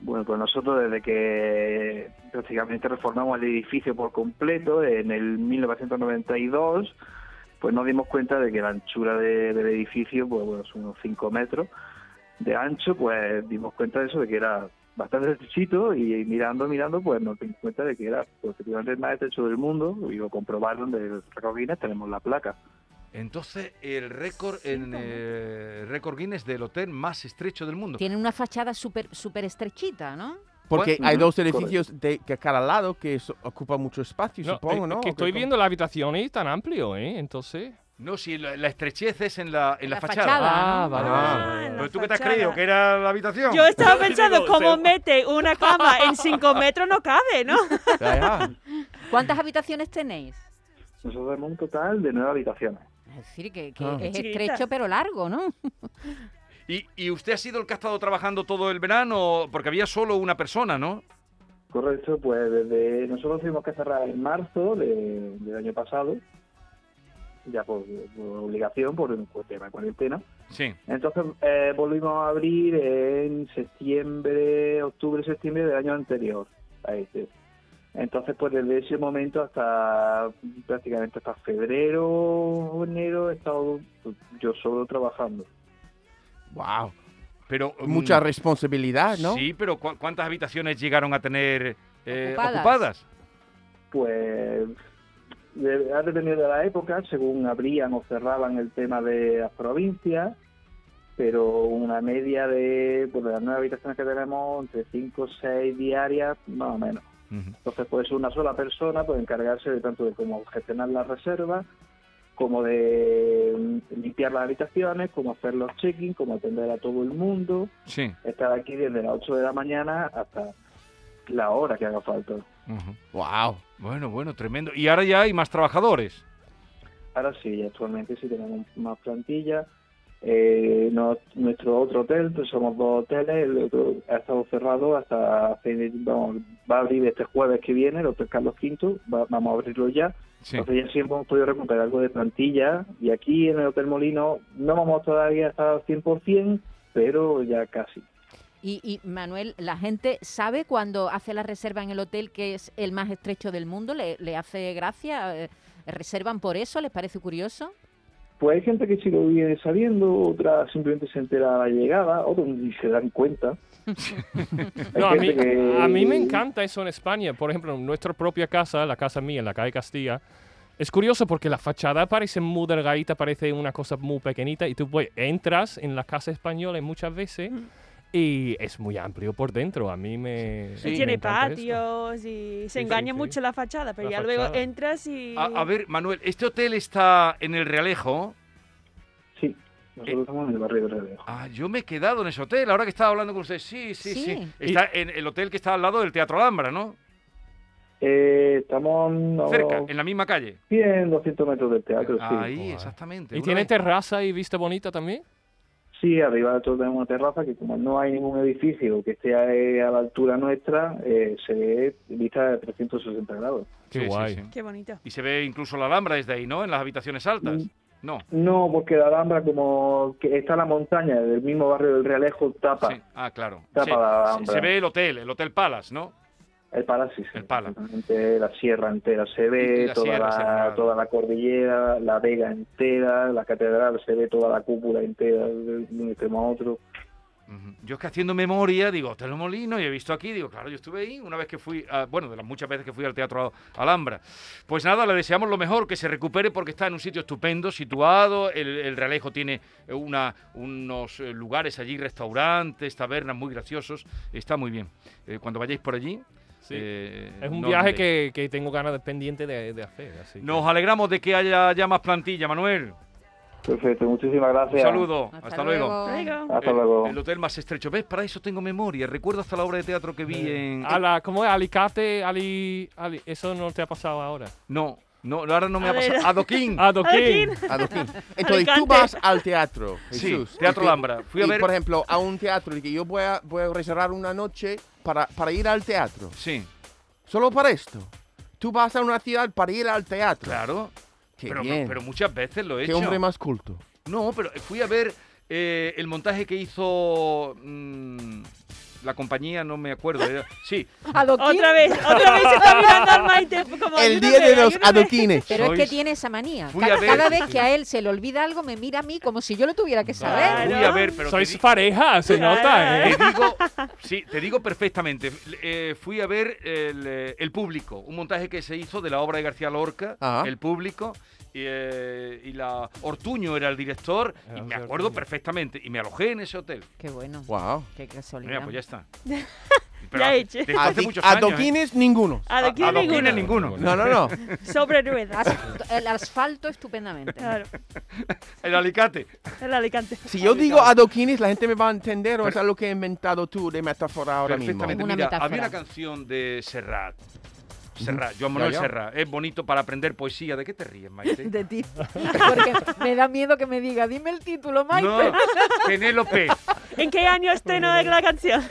S10: Bueno, pues nosotros desde que prácticamente reformamos el edificio por completo en el 1992, pues nos dimos cuenta de que la anchura de- del edificio, pues bueno, son unos 5 metros de ancho, pues dimos cuenta de eso, de que era bastante estrechito y mirando, mirando, pues nos dimos cuenta de que era pues, efectivamente el más estrecho del mundo y lo comprobaron de Record Guinness, tenemos la placa.
S3: Entonces, el récord en eh, récord Guinness del hotel más estrecho del mundo.
S6: Tiene una fachada súper súper estrechita, ¿no?
S4: Porque
S3: Bueno,
S4: hay
S10: ujú,
S4: dos edificios de, que a cada lado que so- ocupan mucho espacio,
S5: No,
S4: supongo,
S5: eh,
S4: ¿no?
S5: Que
S4: ¿O
S5: estoy
S4: qué-
S5: viendo la habitación y tan amplio, ¿eh? Entonces.
S3: No, si la, la estrechez es en la, en la,
S6: La
S3: fachada.
S6: fachada.
S5: Ah,
S6: ¿no?
S5: vale.
S3: Ah,
S5: vale.
S7: en la
S3: ¿Pero tú qué te has
S7: fachada.
S3: creído? ¿Que era la habitación?
S7: Yo estaba pensando,
S5: Digo,
S7: ¿cómo
S5: se-
S7: mete una cama en 5 metros? No cabe, ¿no?
S4: Ya, ya.
S6: ¿Cuántas habitaciones tenéis?
S10: Nosotros tenemos un total de nueve habitaciones.
S6: Es decir, que, que
S4: Ah.
S6: es
S7: Chiquitita.
S6: estrecho pero largo, ¿no?
S3: ¿Y, y usted ha sido el que ha estado trabajando todo el verano? Porque había solo una persona, ¿no?
S10: Correcto, pues desde nosotros tuvimos que cerrar en marzo de- del año pasado, ya por, por obligación, por un tema de cuarentena.
S3: Sí.
S10: Entonces eh, volvimos a abrir en septiembre, octubre, septiembre del año anterior a este. Entonces, pues desde ese momento hasta prácticamente hasta febrero, enero, he estado pues, yo solo trabajando.
S4: Wow.
S3: Pero, mm,
S4: Mucha responsabilidad, ¿no?
S3: Sí, pero ¿cu- ¿cuántas habitaciones llegaron a tener eh,
S6: Ocupadas.
S3: ocupadas?
S10: pues de- ha dependido de la época, según abrían o cerraban el tema de las provincias, pero una media de, pues, de las nueve habitaciones que tenemos, entre 5 o 6 diarias, más o menos.
S3: Ujú.
S10: Entonces puede ser una sola persona, puede encargarse de tanto de cómo gestionar las reservas, como de mm, limpiar las habitaciones, como hacer los check-in, como atender a todo el mundo,
S3: Sí.
S10: estar aquí desde las 8 de la mañana hasta la hora que haga falta.
S3: Ujú.
S4: Wow.
S3: Bueno, bueno, tremendo. Y ahora ya hay más trabajadores.
S10: Ahora sí, actualmente sí tenemos más plantilla. Eh, no- nuestro otro hotel, pues somos dos hoteles, el otro ha estado cerrado hasta hace- vamos, va a abrir este jueves que viene, el Hotel Carlos V, va- vamos a abrirlo ya. Entonces ya sí hemos podido recuperar algo de plantilla y aquí en el Hotel Molino no vamos todavía hasta al 100%, pero ya casi.
S6: Y, y, Manuel, ¿la gente sabe cuando hace la reserva en el hotel que es el más estrecho del mundo? ¿Le, le hace gracia? Eh, ¿Reservan por eso? ¿Les parece curioso?
S10: Pues hay gente que sí lo viene sabiendo, otra simplemente se entera a la llegada, otros ni se dan cuenta. Hay
S5: No, a mí,
S10: gente que-
S5: a mí me encanta eso en España. Por ejemplo, en nuestra propia casa, la casa mía, en la calle Castilla, es curioso porque la fachada parece muy delgadita, parece una cosa muy pequeñita y tú pues, entras en la casa española muchas veces
S3: Mm.
S5: y es muy amplio por dentro. A mí me...
S7: Y
S5: me
S7: tiene
S5: encanta eso.
S7: patios y se
S5: sí,
S7: engaña
S5: sí.
S7: mucho la fachada, pero
S5: La
S7: ya luego
S5: fachada.
S7: entras y...
S3: A, a ver, Manuel, ¿este hotel está en el Realejo?
S10: Sí, nosotros estamos en el barrio de Realejo.
S3: Ah, yo me he quedado en ese hotel, ahora que estaba hablando con usted. Sí, sí, sí.
S6: Sí.
S3: Está en el hotel que está al lado del Teatro Alhambra, ¿no?
S10: Eh, estamos a unos
S3: Cerca,
S11: Oh.
S3: en la misma calle.
S10: 100, 200 metros del
S11: Ah,
S10: teatro, sí.
S3: Ahí, exactamente.
S5: ¿Y
S3: Una
S5: tiene
S3: vez-
S5: terraza y vista bonita también?
S10: Sí, arriba de todo tenemos una terraza que como no hay ningún edificio que esté a a la altura nuestra, eh, se ve vista de 360 grados.
S5: Qué
S3: Sí, sí,
S5: guay.
S3: sí.
S7: Qué bonito.
S3: Y se ve incluso la Alhambra desde ahí, ¿no? En las habitaciones altas.
S10: Mm.
S3: No.
S10: No, porque la Alhambra, como que está la montaña del mismo barrio del Realejo, tapa
S3: Sí. Ah, claro.
S10: Tapa
S3: Sí,
S10: la
S3: se- se
S10: Alhambra.
S3: ve el hotel, el Hotel Palace, ¿no?
S10: el Palacio. sí,
S3: El Pala.
S10: exactamente, La sierra entera se
S3: Y
S10: ve,
S3: la
S10: toda,
S3: sierra, sí,
S10: la,
S3: claro.
S10: toda la cordillera, la vega entera, la catedral, se ve toda la cúpula entera de de un extremo a otro.
S3: Ujú. Yo es que haciendo memoria, digo, Hotel Molino, y he visto aquí, digo, claro, yo estuve ahí una vez que fui, a- bueno, de las muchas veces que fui al Teatro Alhambra. Pues nada, le deseamos lo mejor, que se recupere porque está en un sitio estupendo, situado, el, el Realejo tiene una, unos eh, lugares allí, restaurantes, tabernas muy graciosos, está muy bien. Eh, cuando vayáis por allí...
S5: Sí.
S3: eh,
S5: Es un
S3: no
S5: viaje
S3: olvidéis.
S5: que, que tengo ganas de pendiente de, de hacer. Así que-
S3: Nos alegramos de que haya ya más plantilla, Manuel.
S10: Perfecto, muchísimas
S3: Un
S10: gracias.
S3: saludo. Hasta, luego.
S4: Ah.
S7: Luego.
S10: Hasta
S3: El-
S10: luego.
S3: El, hotel más estrecho. ¿Ves? Para eso tengo memoria. Recuerdo hasta la obra de teatro que vi en...
S5: A la, ¿Cómo es? Alicate, ali, ali- Eso no te ha pasado ahora.
S3: No, no, ahora no me ha
S7: A ver.
S3: pasado. Ah, Adoquín.
S5: Adoquín.
S4: Adoquín. Entonces tú
S7: Alicante.
S4: vas al teatro,
S3: Sí,
S4: Jesús. y
S3: Teatro
S4: te-
S3: Alhambra. Fui a
S4: y,
S3: ver-
S4: por ejemplo, a un teatro y que yo voy a, voy a reservar una noche para, para ir al teatro.
S3: Sí,
S4: Solo para esto. Tú vas a una ciudad para ir al teatro.
S3: claro.
S4: Qué
S3: pero,
S4: bien.
S3: pero muchas veces lo he
S4: Qué
S3: hecho.
S4: hombre más culto.
S3: No, pero fui a ver eh, el montaje que hizo mm, la compañía, no me acuerdo. era- Sí,
S6: ¿Adoquín?
S7: Otra vez, otra vez se está mirando al Maite como...
S4: El
S7: ayúdame,
S4: día de los
S7: ayúdame.
S4: adoquines.
S6: Pero es
S3: Sois-
S6: que tiene esa manía.
S3: Fui
S6: Ca-
S3: a
S6: Cada,
S3: ver-
S6: vez que a él se le olvida algo, me mira a mí como si yo lo tuviera que saber.
S7: Claro.
S3: fui a ver, pero... te
S5: Sois
S3: di-
S5: pareja, se
S7: Claro.
S5: nota, ¿eh?
S3: Te digo, sí, te digo perfectamente. Eh, fui a ver el, eh, El Público, un montaje que se hizo de la obra de García Lorca,
S4: Ajá.
S3: El Público, y, eh, y la Ortuño era el director, y me
S5: García
S3: acuerdo
S5: Ortuño.
S3: perfectamente, y me alojé en ese hotel.
S6: Qué bueno.
S4: Wow.
S6: Qué casualidad.
S3: Mira, pues ya está.
S7: Ya
S3: hace-
S7: he hecho.
S3: desde hace
S4: Adi-
S3: muchos años, ¿eh?
S4: adoquines ninguno.
S7: Adoquín
S3: Adoquines
S7: Ah, ninguno.
S3: ninguno.
S4: No, no, no.
S7: Sobre ruedas.
S6: As- el asfalto estupendamente.
S7: Claro,
S3: El alicate.
S7: el Alicante.
S4: Si yo digo adoquines, la gente me va a entender o es algo que he inventado tú de metáfora ahora mismo.
S3: Perfectamente.
S6: Una
S3: Mira,
S6: metáfora.
S3: había una canción de Serrat. Serrat, Joan Manuel
S4: Ya, ya.
S3: Serrat. Es bonito para aprender poesía. ¿De qué te ríes, Maite?
S6: De ti. Porque me da miedo que me diga, dime el título, Maite.
S3: No, Penélope.
S7: ¿En qué año estrenó la canción?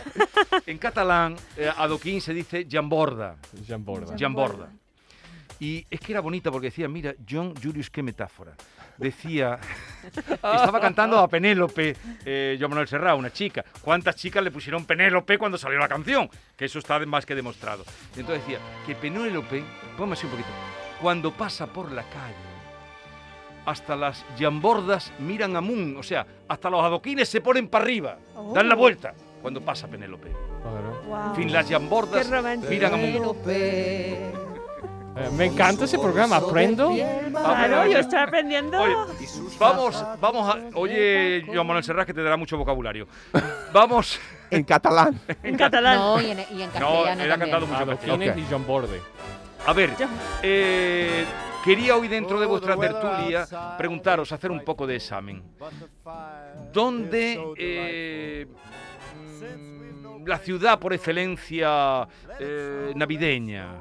S3: En catalán, eh, adoquín se dice jamborda.
S5: Jean Borda.
S3: Jamborda. Y es que era bonita porque decía, mira, John Julius, qué metáfora. Decía, estaba cantando a Penélope, eh, Joan Manuel Serra, una chica. ¿Cuántas chicas le pusieron Penélope cuando salió la canción? Que eso está de- más que demostrado. Y entonces decía, que Penélope, ponme así un poquito, cuando pasa por la calle, hasta las jambordas miran a Moon, o sea, hasta los adoquines se ponen para arriba, dan la
S7: Oh.
S3: vuelta cuando pasa Penélope. En fin, las
S7: Qué
S3: jambordas
S7: romántico.
S3: miran a Moon.
S5: Eh, me encanta ese programa, aprendo.
S4: Ah,
S7: Claro, yo estoy aprendiendo.
S3: Oye, vamos, vamos a. Oye, Joan Manuel Serrat, que te dará mucho vocabulario. Vamos.
S4: En catalán.
S7: en catalán.
S6: No, y en, y en
S3: No,
S6: castellano
S3: él ha
S6: también.
S3: cantado
S5: Ah,
S3: mucho castellano.
S5: Adoquines y Jean Borde.
S3: A ver, eh, quería hoy dentro de vuestra tertulia preguntaros, hacer un poco de examen. ¿Dónde eh, mm, la ciudad por excelencia eh, navideña?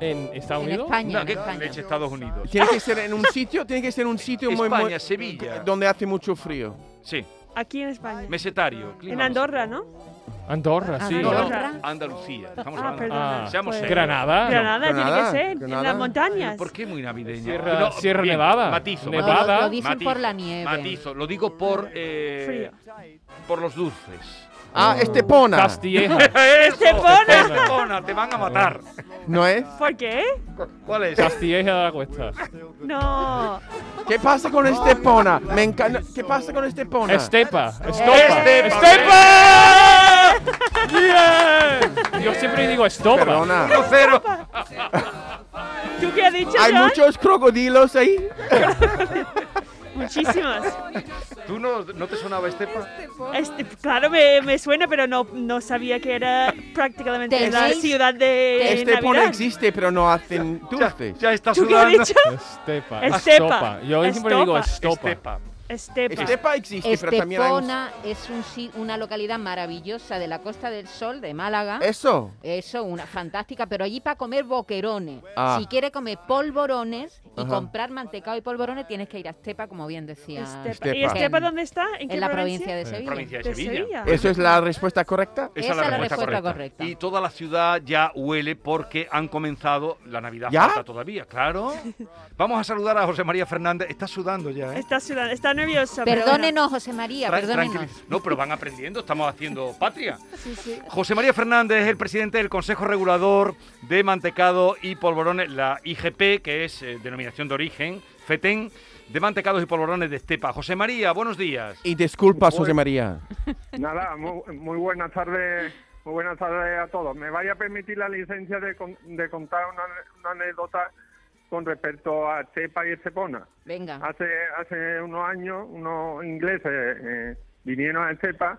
S5: ¿En Estados
S6: En
S5: Unidos?
S6: España,
S3: No,
S6: en
S3: ¿qué
S6: España.
S3: leche Estados Unidos?
S4: Tiene que ser en un sitio, tiene que ser un sitio muy, muy-
S3: España, Sevilla.
S4: donde hace mucho frío.
S3: Sí,
S7: Aquí en España.
S3: mesetario. clima
S7: En Andorra, ¿no?
S6: Ah,
S5: Andorra, sí.
S3: No, no, Andalucía. Estamos hablando.
S7: Ah,
S3: Ah.
S5: perdona,
S3: Seamos
S5: pues-
S3: serios.
S5: Granada.
S7: Granada,
S5: Granada,
S7: tiene que ser, en
S5: Granada.
S7: las montañas.
S3: ¿Por qué muy navideño?
S5: Sierra- Sierra Nevada,
S3: Matizo.
S5: Nevada.
S3: matizo,
S5: Lo- lo dicen
S3: matizo,
S6: por la nieve.
S3: Matizo. Lo digo por. eh, por los dulces.
S4: Ah, Estepona.
S5: Castilleja.
S3: Eh, Eso,
S7: Estepona.
S3: Estepona, te van a matar.
S4: ¿No es?
S7: ¿Por qué?
S3: ¿Cuál es?
S5: Castilleja de la Cuesta.
S7: No.
S4: ¿Qué pasa con Estepona? Me encanta. ¿Qué pasa con Estepona?
S5: Estepa.
S4: Eh.
S5: Estopa.
S3: Estepa.
S5: Estepa. Yeah. Yo siempre digo estopa.
S4: Perdona.
S3: Uno cero.
S7: ¿Tú qué has dicho,
S4: Hay
S7: John?
S4: muchos crocodilos ahí.
S7: Muchísimas.
S3: ¿Tú no, no te sonaba Estepa?
S7: Este, claro, me, me suena, pero no, no sabía que era prácticamente la
S6: ¿Tenéis-
S7: ciudad de
S5: Este
S4: Estepona
S7: Navidad.
S4: existe, pero no hacen dulces.
S3: Ya está
S7: ¿Tú qué has
S3: sudando.
S7: dicho?
S5: Estepa.
S7: Estepa.
S5: Estopa. Yo siempre digo
S7: Estopa.
S5: estopa.
S3: Estepa. Este
S7: Estepa.
S4: Estepa existe, pero también hay. un-
S6: Estepona es un, si- una localidad maravillosa de la Costa del Sol, de Málaga.
S4: Eso.
S6: Eso, una fantástica, pero allí para comer boquerones.
S4: Ah.
S6: Si quieres comer polvorones y
S4: Ajá.
S6: comprar mantecado y polvorones, tienes que ir a Estepa, como bien decía.
S7: Estepa.
S4: Estepa.
S7: ¿Y Estepa ¿este dónde está? ¿En,
S6: En,
S7: qué
S6: la provincia de
S5: Sí.
S6: Sevilla.
S3: Provincia de
S7: De
S3: Sevilla.
S7: Sevilla.
S4: ¿Eso es la respuesta correcta?
S3: Esa es la respuesta, correcta.
S6: correcta.
S3: Y toda la ciudad ya huele porque han comenzado la Navidad.
S4: ¿Ya?
S3: falta todavía, claro. Vamos a saludar a José María Fernández. Está sudando ya, ¿eh?
S7: Está ciudad, está nerviosa. pero
S6: Perdónenos, José María,
S3: Tra-
S6: perdónenos.
S3: tranquili- No, pero van aprendiendo, estamos haciendo patria. José María Fernández es el presidente del Consejo Regulador de Mantecado y Polvorones, la IGP, que es eh, denominación de origen, FETEN, de mantecados y polvorones de Estepa. José María, buenos días.
S4: Y disculpas, José María.
S11: Nada, muy, muy buenas
S3: eh?
S11: tardes. Muy buenas tardes a todos. Me vaya a permitir la licencia de, con- de contar una, una anécdota con respecto a Estepa y Estepona.
S7: Ah.
S6: Venga.
S11: Hace, hace unos años, unos ingleses eh, vinieron a Estepa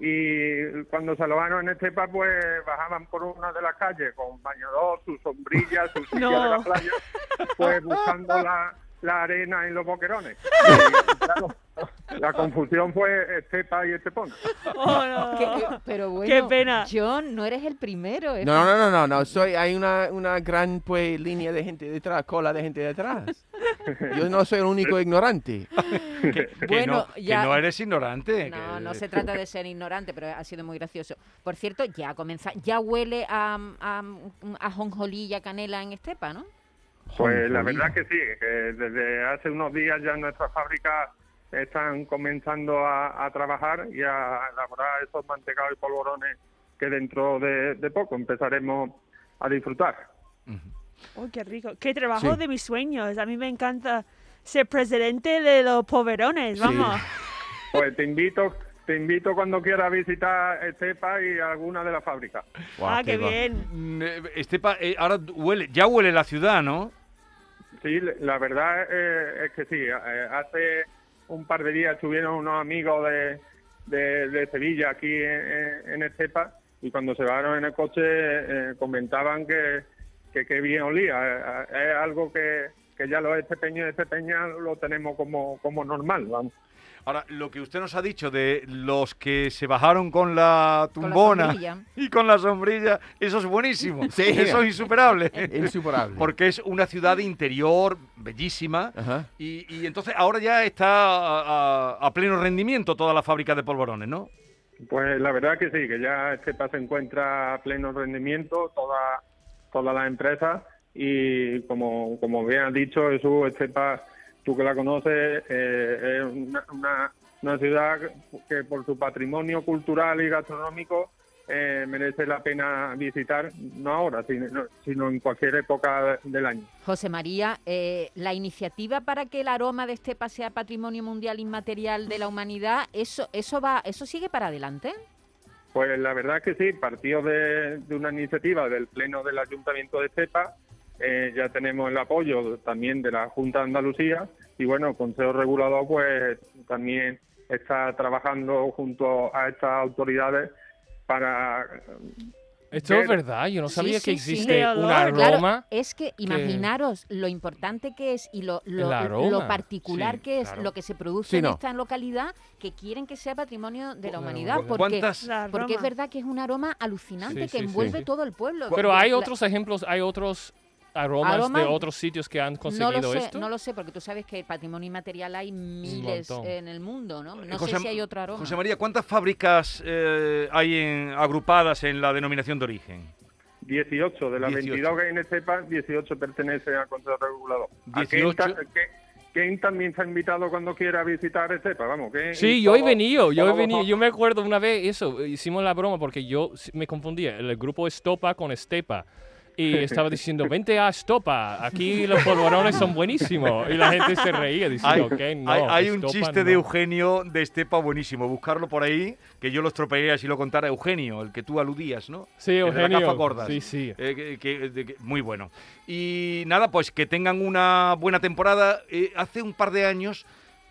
S11: y cuando se alojaron en Estepa, pues bajaban por una de las calles con bañador, su sombrilla, su silla de la
S7: No.
S11: playa, pues buscando la, la arena en los boquerones. Y, claro, la confusión fue Estepa y Estepona.
S7: Oh, no.
S6: Qué- pero bueno,
S7: Qué pena.
S6: John, no eres el primero. ¿eh?
S4: No, no, no, no, no. Soy, hay una, una gran pues, línea de gente detrás, cola de gente detrás. Yo no soy el único ignorante.
S3: Que
S6: Bueno,
S3: no- que, no,
S6: ya-
S3: eres ignorante.
S6: No,
S3: que-
S6: no se trata de ser ignorante, pero ha sido muy gracioso. Por cierto, ya comienza, ya huele a, a, a jonjolí y a canela en Estepa, ¿no?
S11: Pues la verdad que sí, que desde hace unos días ya nuestras fábricas están comenzando a, a trabajar y a elaborar esos mantecados y polvorones que dentro de, de poco empezaremos a disfrutar.
S7: Uy, qué rico. Qué trabajo
S4: Sí.
S7: de mis sueños. A mí me encanta ser presidente de los poverones, vamos.
S11: Pues te invito, te invito cuando quieras a visitar Estepa y alguna de las fábricas.
S7: ah, qué, bien.
S3: Mm, eh, Estepa, eh, ahora huele, ya huele la ciudad, ¿no?
S11: Sí, le- la verdad eh, es que sí. eh, hace un par de días estuvieron unos amigos de, de- de Sevilla aquí en, en- en Estepa y cuando se bajaron en el coche eh, comentaban que, que, qué bien olía. eh, eh, es algo que, que ya este los estepeños y estepeñas lo tenemos como, como normal, vamos.
S3: Ahora, lo que usted nos ha dicho de los que se bajaron con la
S6: Con la
S3: tumbona
S6: sombrilla.
S3: y con la sombrilla, eso es buenísimo.
S4: Sí.
S3: Eso es insuperable.
S4: Insuperable.
S3: Porque es una ciudad interior bellísima.
S4: Ajá.
S3: Y, y entonces ahora ya está a, a- a pleno rendimiento toda la fábrica de polvorones, ¿no?
S11: Pues la verdad que sí, que ya Estepa se encuentra a pleno rendimiento, toda, todas las empresas, y como, como bien has dicho, Jesús, Estepa, tú que la conoces, eh, es una, una- una ciudad que por su patrimonio cultural y gastronómico eh, merece la pena visitar, no ahora, sino, sino en cualquier época del año.
S6: José María, eh, la iniciativa para que el aroma de Estepa sea patrimonio mundial inmaterial de la humanidad, eso, eso va, eso sigue para adelante.
S11: Pues la verdad que sí, partió de, de una iniciativa del Pleno del Ayuntamiento de Cepa, eh, ya tenemos el apoyo también de la Junta de Andalucía y bueno, el Consejo Regulador pues también está trabajando junto a estas autoridades para...
S5: Esto es verdad. Yo no
S6: Sí,
S5: sabía
S6: sí,
S5: que
S6: sí.
S5: existe
S7: De
S5: una
S7: olor,
S6: Claro,
S5: aroma.
S6: es que imaginaros lo importante que es y lo, lo,
S5: El aroma,
S6: lo particular
S3: sí,
S6: que es
S3: claro.
S6: lo que se produce
S4: Sí,
S6: en
S4: no.
S6: esta localidad que quieren que sea patrimonio de la
S5: Claro,
S6: humanidad
S5: ¿cu-
S6: porque,
S3: ¿Cuántas?
S7: La
S6: porque es
S7: broma.
S6: verdad que es un aroma alucinante
S5: Sí, sí,
S6: que
S5: sí,
S6: envuelve
S5: sí.
S6: todo el pueblo.
S5: Pero hay
S6: La-
S5: otros ejemplos, hay otros aromas
S6: Aroma,
S5: de otros sitios que han conseguido
S6: no lo sé,
S5: esto?
S6: No lo sé, porque tú sabes que el patrimonio inmaterial hay miles
S5: montón.
S6: en el mundo, ¿no? No
S3: José-
S6: sé si hay otro aroma.
S3: José María, ¿cuántas fábricas eh, hay en- agrupadas en la denominación de origen?
S11: 18 de las
S3: 18.
S11: 22 que hay en el CEPA, 18 pertenecen al Consejo Regulador. A
S3: 18.
S11: Ken ta- que- Ken también se ha invitado cuando quiera a visitar el CEPA, vamos. Ken
S5: Sí,
S11: y
S5: yo he
S11: todos-
S5: venido, yo he
S11: todos
S5: venido.
S11: vosotros.
S5: Yo me acuerdo una vez eso, eh, hicimos la broma porque yo s- me confundía, el grupo Estopa con Estepa. Y estaba diciendo, vente a Estopa, aquí los polvorones son buenísimos. Y la gente se reía diciendo,
S3: Hay-
S5: que no.
S3: hay- hay un
S5: Estopa
S3: chiste
S5: no".
S3: de Eugenio de Estepa buenísimo, buscarlo por ahí, que yo lo estropearía si lo contara Eugenio, el que tú aludías, ¿no?
S5: Sí,
S3: El de la
S5: Eugenio,
S3: gafa gordas.
S5: sí, sí.
S3: Eh, que- que- de- que- muy bueno. Y nada, pues que tengan una buena temporada. Eh, hace un par de años,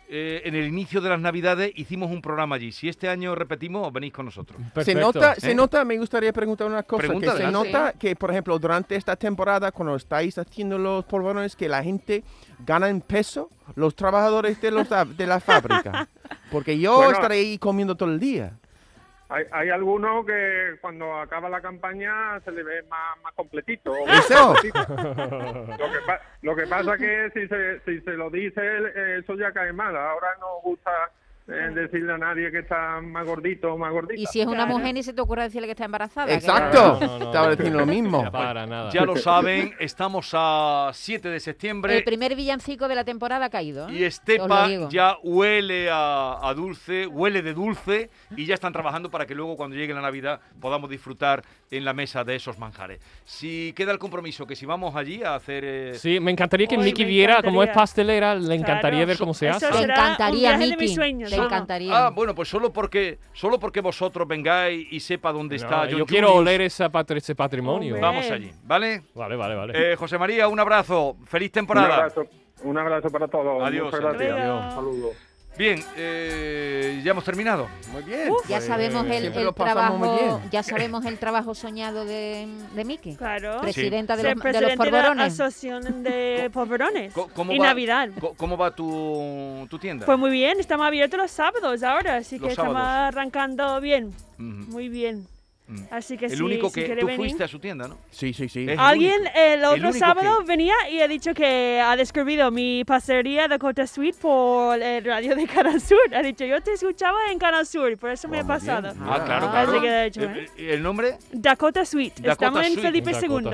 S3: eh, en el inicio de las Navidades, hicimos un programa allí. Si este año repetimos, venís con nosotros.
S4: Se nota, se
S3: ¿Eh?
S4: nota, me gustaría preguntar una cosa. que
S3: Pregúntale. ¿eh?
S4: se
S3: Sí.
S4: nota que, por ejemplo, durante esta temporada, cuando estáis haciendo los polvorones, que la gente gana en peso, los trabajadores de, los, de la fábrica. Porque yo
S11: Bueno.
S4: estaré ahí comiendo todo el día.
S11: Hay, hay algunos que cuando acaba la campaña se le ve más, más completito.
S4: Eso.
S11: Lo que, pa- lo que pasa que si se, si se lo dice él, eh, eso ya cae mal. Ahora no gusta eh, decirle a nadie que está más gordito o más gordita.
S6: Y si es una mujer, ni se te ocurre decirle que está embarazada. que-
S4: Exacto. Estaba diciendo lo mismo.
S5: Para nada.
S3: Ya lo saben, estamos a 7 de septiembre.
S6: El primer villancico de la temporada ha caído. ¿eh?
S3: Y
S6: Os lo
S3: Estepa
S6: digo.
S3: ya huele a, a dulce, huele de dulce y ya están trabajando para que luego cuando llegue la Navidad podamos disfrutar en la mesa de esos manjares. Si queda el compromiso que si vamos allí a hacer... eh,
S5: Sí, me encantaría que
S3: Uy,
S5: Miki
S3: me
S5: viera, como es
S3: encantaría.
S5: pastelera, le encantaría
S3: Claro.
S5: ver cómo se
S3: Eso
S5: hace.
S3: será
S6: Te encantaría,
S3: un viaje de mis
S6: Miki.
S3: sueños,
S6: Te
S3: ¿no?
S6: encantaría.
S3: Ah, bueno, pues solo porque solo porque vosotros vengáis y sepa dónde
S5: No,
S3: está. John
S5: yo quiero
S3: Julius.
S5: oler esa patri- ese patrimonio.
S3: Vamos allí, ¿vale?
S5: Vale, vale, vale.
S3: Eh, José María, un abrazo. Feliz
S11: Un
S3: temporada.
S11: abrazo, un abrazo para todos.
S3: Adiós,
S11: Muchas gracias.
S3: adiós. Adiós.
S11: Saludos.
S3: Bien, eh, ya hemos terminado.
S4: Muy bien.
S6: Ya
S3: pues,
S6: sabemos el, el trabajo, ya sabemos el trabajo soñado de, de Miki.
S7: Claro.
S6: Presidenta de
S7: Ser
S6: los, de los
S7: presidente de la
S6: polvorones.
S7: Asociación de Polvorones.
S3: ¿Cómo
S7: y
S3: va,
S7: Navidad.
S3: co- ¿Cómo va tu, tu tienda?
S7: Pues muy bien, estamos abiertos los sábados ahora, así que
S3: Los
S7: estamos
S3: sábados.
S7: arrancando bien.
S3: Ujú.
S7: Muy bien.
S3: Mm.
S7: Así que
S3: el
S7: pues, si-
S3: único
S7: si
S3: que
S7: quiere
S3: tú
S7: venir.
S3: fuiste a su tienda, ¿no?
S4: Sí, sí, sí. Ah,
S3: Es el
S7: Alguien eh,
S3: único.
S7: el
S3: El
S7: otro
S3: único
S7: sábado
S3: que-
S7: venía y ha dicho que ha describido mi pastelería de Cota Suite por el radio de Canal Sur. Ha dicho, yo te escuchaba en Canal Sur, y por eso me he pasado.
S3: Ah, claro,
S7: Así
S3: claro.
S7: que he dicho,
S3: Eh, eh, ¿El nombre?
S7: Dakota Suite.
S3: Dakota
S7: Estamos en
S3: Suite.
S7: Felipe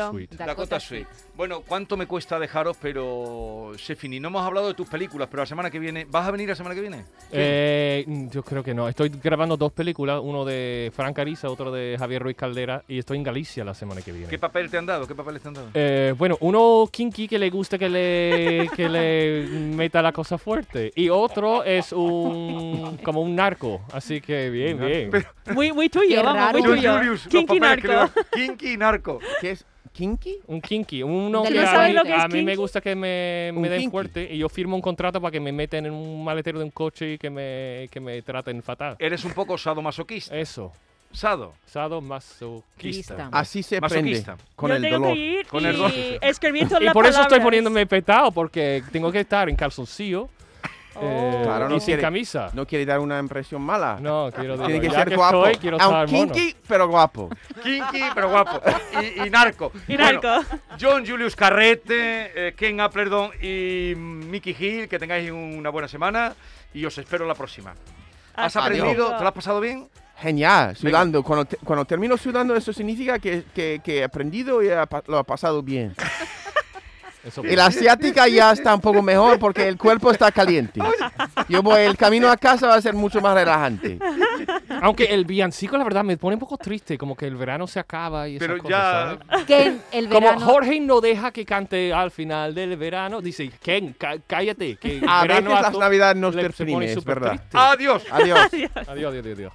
S7: II.
S3: Dakota, Sweet. Bueno, ¿cuánto me cuesta dejaros? Pero, Sefini, no hemos hablado de tus películas, pero la semana que viene. ¿Vas a venir la semana que viene?
S5: Eh, mm, yo creo que no. Estoy grabando dos películas, uno de Frank Ariza, otro de Javier Ruiz Caldera, y estoy en Galicia la semana que viene.
S3: ¿Qué papel te han dado? ¿Qué papel te han dado?
S5: Eh, bueno, uno kinky que le gusta que le, que le meta la cosa fuerte, y otro es un como un narco, así que bien, bien.
S7: Muy, muy tuyo,
S6: Qué
S7: vamos, muy
S6: raro.
S7: tuyo.
S3: Julius, los
S7: Kinky
S3: papeles que le
S7: narco.
S3: dan. Kinky y narco.
S4: ¿Qué es? ¿Kinky?
S5: Un kinky, uno
S6: De
S5: que
S6: los
S5: a,
S6: ¿Sabes
S5: mí,
S6: lo que es
S5: a mí me
S6: kinky?
S5: gusta que me, me
S4: Un
S5: den
S4: kinky.
S5: fuerte y yo firmo un contrato para que me metan en un maletero de un coche y que me, que me traten fatal.
S3: Eres un poco sadomasoquista.
S5: Eso,
S3: Sado. Ah,
S5: sadomasoquista.
S4: Así se prende.
S3: Masoquista.
S4: Con
S7: Yo
S4: el
S7: tengo
S4: dolor.
S7: que ir
S3: Con el dolor.
S7: y escribir todas
S5: Y
S7: las
S5: por eso estoy
S7: palabras.
S5: poniéndome petado, porque tengo que estar en calzoncillo
S6: Oh.
S5: eh,
S4: Claro, no
S5: y sin
S4: quiere-
S5: camisa.
S4: No quiere dar una impresión mala.
S5: No, quiero decir,
S4: Tiene que
S5: ya
S4: ser
S5: que
S4: guapo.
S5: estoy, quiero
S4: Aun
S5: estar mono.
S4: kinky, pero guapo.
S3: Kinky, pero guapo. Y, y narco.
S7: Y
S3: Bueno,
S7: narco.
S3: John Julius Carrete, eh, Ken Applerdon y Mickey Hill, que tengáis una buena semana y os espero la próxima. ¿Has
S7: Hasta
S3: aprendido?
S7: luego.
S3: ¿Te lo has pasado bien?
S4: Genial, sudando. Cuando, te- cuando termino sudando, eso significa que, que- que he aprendido y ha pa- lo ha pasado bien.
S5: Eso
S4: Y la asiática ya está un poco mejor porque el cuerpo está caliente. Yo voy, el camino a casa va a ser mucho más relajante.
S5: Aunque el villancico, la verdad, me pone un poco triste, como que el verano se acaba y esas
S3: Pero
S5: cosas,
S3: ya-
S5: ¿sabes?
S6: Ken, el
S5: Como
S6: verano.
S5: Jorge no deja que cante al final del verano, dice, Ken, ca- cállate. Que el
S4: A veces
S5: verano a
S4: las
S5: to-
S4: navidades nos
S5: le- se pone
S4: deprimen, es
S5: súper
S4: verdad. Ah.
S5: triste.
S3: Adiós.
S4: Adiós.
S5: Adiós, adiós, adiós. adiós.